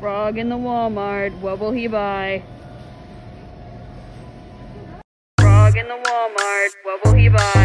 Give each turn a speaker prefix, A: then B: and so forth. A: Frog in the Walmart. What will he buy? Frog in the Walmart. What will he buy?